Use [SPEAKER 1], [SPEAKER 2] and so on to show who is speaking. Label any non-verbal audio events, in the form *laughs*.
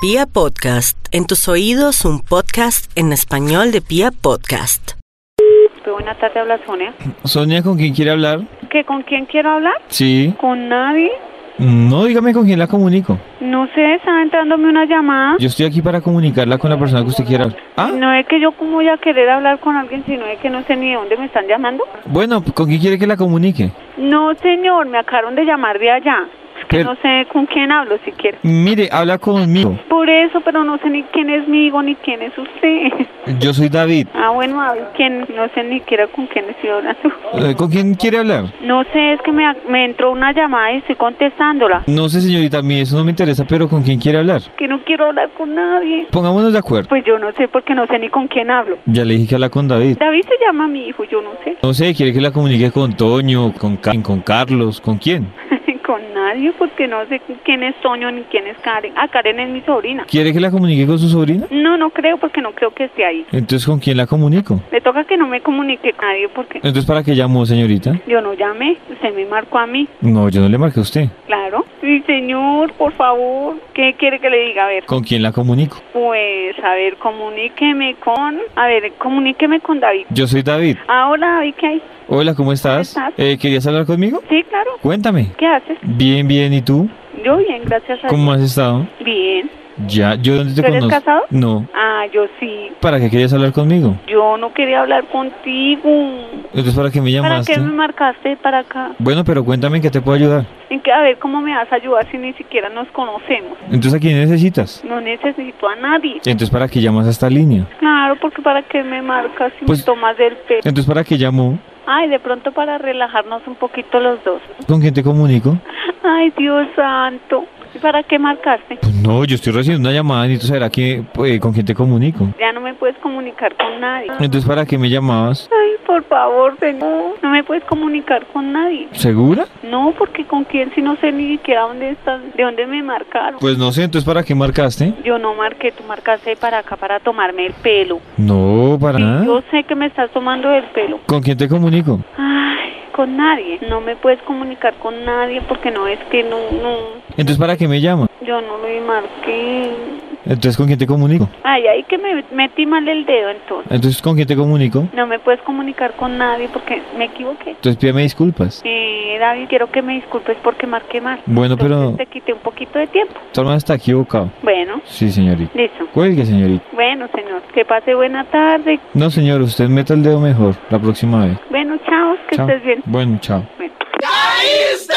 [SPEAKER 1] Pia Podcast, en tus oídos un podcast en español de Pia Podcast.
[SPEAKER 2] Buenas tardes, habla Sonia.
[SPEAKER 3] Sonia, ¿con quién quiere hablar?
[SPEAKER 2] ¿Que ¿Con quién quiero hablar?
[SPEAKER 3] Sí.
[SPEAKER 2] ¿Con nadie?
[SPEAKER 3] No, dígame con quién la comunico.
[SPEAKER 2] No sé, está entrándome una llamada.
[SPEAKER 3] Yo estoy aquí para comunicarla con la persona que usted quiera hablar. Ah,
[SPEAKER 2] No es que yo como voy a querer hablar con alguien, sino es que no sé ni de dónde me están llamando.
[SPEAKER 3] bueno, ¿con quién quiere que la comunique?
[SPEAKER 2] No, señor, me acabaron de llamar de allá. Es que
[SPEAKER 3] Pero-
[SPEAKER 2] no sé con quién hablo siquiera.
[SPEAKER 3] Mire, habla conmigo.
[SPEAKER 2] Por eso, pero no sé ni quién es mi hijo, ni quién es usted. *laughs*
[SPEAKER 3] Yo soy David.
[SPEAKER 2] Ah, bueno, a ver quién, no sé ni siquiera con quién estoy hablando.
[SPEAKER 3] Eh, ¿Con quién quiere hablar?
[SPEAKER 2] No sé, es que me, me entró una llamada y estoy contestándola.
[SPEAKER 3] No sé, señorita, a mí eso no me interesa, pero ¿con quién quiere hablar?
[SPEAKER 2] Que no quiero hablar con nadie.
[SPEAKER 3] Pongámonos de acuerdo.
[SPEAKER 2] Pues yo no sé porque no sé ni con quién hablo.
[SPEAKER 3] Ya le dije que habla con David.
[SPEAKER 2] David se llama mi hijo, yo no sé. *laughs*
[SPEAKER 3] No sé, ¿quiere que la comunique con Toño, con, Karen, con Carlos, con quién?
[SPEAKER 2] Con nadie, porque no sé quién es Toño ni quién es Karen. Ah, Karen es mi sobrina.
[SPEAKER 3] ¿Quiere que la comunique con su sobrina?
[SPEAKER 2] No, no creo, porque no creo que esté ahí.
[SPEAKER 3] Entonces, ¿con quién la comunico?
[SPEAKER 2] Me toca que no me comunique con nadie, porque
[SPEAKER 3] Entonces, ¿para qué llamó, señorita?
[SPEAKER 2] yo no llamé. Usted me marcó a mí,
[SPEAKER 3] No, yo no le marqué a usted.
[SPEAKER 2] claro. Sí, señor, por favor, ¿qué quiere que le diga? A ver,
[SPEAKER 3] ¿Con quién la comunico?
[SPEAKER 2] pues, a ver, comuníqueme con... A ver, comuníqueme con David.
[SPEAKER 3] Yo soy David.
[SPEAKER 2] Ahora, David, ¿qué hay?
[SPEAKER 3] Hola, ¿cómo estás?
[SPEAKER 2] ¿Cómo estás?
[SPEAKER 3] Eh, ¿Querías hablar conmigo?
[SPEAKER 2] Sí, claro.
[SPEAKER 3] Cuéntame.
[SPEAKER 2] ¿Qué haces?
[SPEAKER 3] Bien, bien, ¿y tú?
[SPEAKER 2] Yo bien, gracias a
[SPEAKER 3] ¿Cómo has estado?
[SPEAKER 2] Dios. Bien.
[SPEAKER 3] Ya, ¿yo dónde te
[SPEAKER 2] ¿Tú eres
[SPEAKER 3] conozco?
[SPEAKER 2] casado?
[SPEAKER 3] No.
[SPEAKER 2] Ah, yo sí.
[SPEAKER 3] ¿Para qué querías hablar conmigo?
[SPEAKER 2] Yo no quería hablar contigo.
[SPEAKER 3] Entonces, ¿para qué me
[SPEAKER 2] ¿Para
[SPEAKER 3] llamaste?
[SPEAKER 2] qué me marcaste para acá?
[SPEAKER 3] Bueno, pero cuéntame en qué te puedo ayudar.
[SPEAKER 2] En que, a ver, ¿cómo me vas a ayudar si ni siquiera nos conocemos?
[SPEAKER 3] Entonces, ¿a quién necesitas?
[SPEAKER 2] No necesito a nadie.
[SPEAKER 3] Entonces, ¿para qué llamas a esta línea?
[SPEAKER 2] Claro, porque ¿para qué me marcas si me
[SPEAKER 3] Pues-
[SPEAKER 2] tomas del pelo?
[SPEAKER 3] Entonces, ¿para qué llamo?
[SPEAKER 2] Ay, de pronto para relajarnos un poquito los dos.
[SPEAKER 3] ¿Con quién te comunico?
[SPEAKER 2] Ay, Dios santo. ¿Y ¿Para qué marcaste?
[SPEAKER 3] Pues no, yo estoy recibiendo una llamada, necesito saber a qué, eh, con quién te comunico.
[SPEAKER 2] Ya no me puedes comunicar con nadie.
[SPEAKER 3] Entonces, ¿para qué me llamabas?
[SPEAKER 2] Ay, por favor, señor. No me puedes comunicar con nadie.
[SPEAKER 3] ¿Segura?
[SPEAKER 2] No, porque con quién si no sé ni siquiera dónde están, de dónde me marcaron.
[SPEAKER 3] Pues no sé, entonces, ¿para qué marcaste?
[SPEAKER 2] Yo no marqué, tú marcaste para acá para tomarme el pelo.
[SPEAKER 3] No, para
[SPEAKER 2] Y Yo
[SPEAKER 3] nada.
[SPEAKER 2] sé que me estás tomando el pelo.
[SPEAKER 3] ¿Con quién te comunico?
[SPEAKER 2] Ay, con nadie. No me puedes comunicar con nadie porque no es que no, no.
[SPEAKER 3] Entonces, ¿para qué me llamas?
[SPEAKER 2] Yo no lo marqué.
[SPEAKER 3] Entonces, ¿con quién te comunico?
[SPEAKER 2] Ay, ay, que me metí mal el dedo entonces.
[SPEAKER 3] Entonces, ¿con quién te comunico?
[SPEAKER 2] No me puedes comunicar con nadie porque me equivoqué.
[SPEAKER 3] Entonces, pídeme disculpas.
[SPEAKER 2] Eh, David, quiero que me disculpes porque marqué mal.
[SPEAKER 3] Bueno, pero
[SPEAKER 2] Entonces te quité un poquito de tiempo.
[SPEAKER 3] tu hermano está equivocado.
[SPEAKER 2] Bueno,
[SPEAKER 3] Sí, señorita.
[SPEAKER 2] listo.
[SPEAKER 3] Cuelgue, señorita.
[SPEAKER 2] Bueno, señor, que pase buena tarde.
[SPEAKER 3] No, señor, usted meta el dedo mejor la próxima vez.
[SPEAKER 2] Bueno, chao, que
[SPEAKER 3] Chao.
[SPEAKER 2] estés bien.
[SPEAKER 3] Bueno, chao.
[SPEAKER 2] Bueno.
[SPEAKER 4] caíste.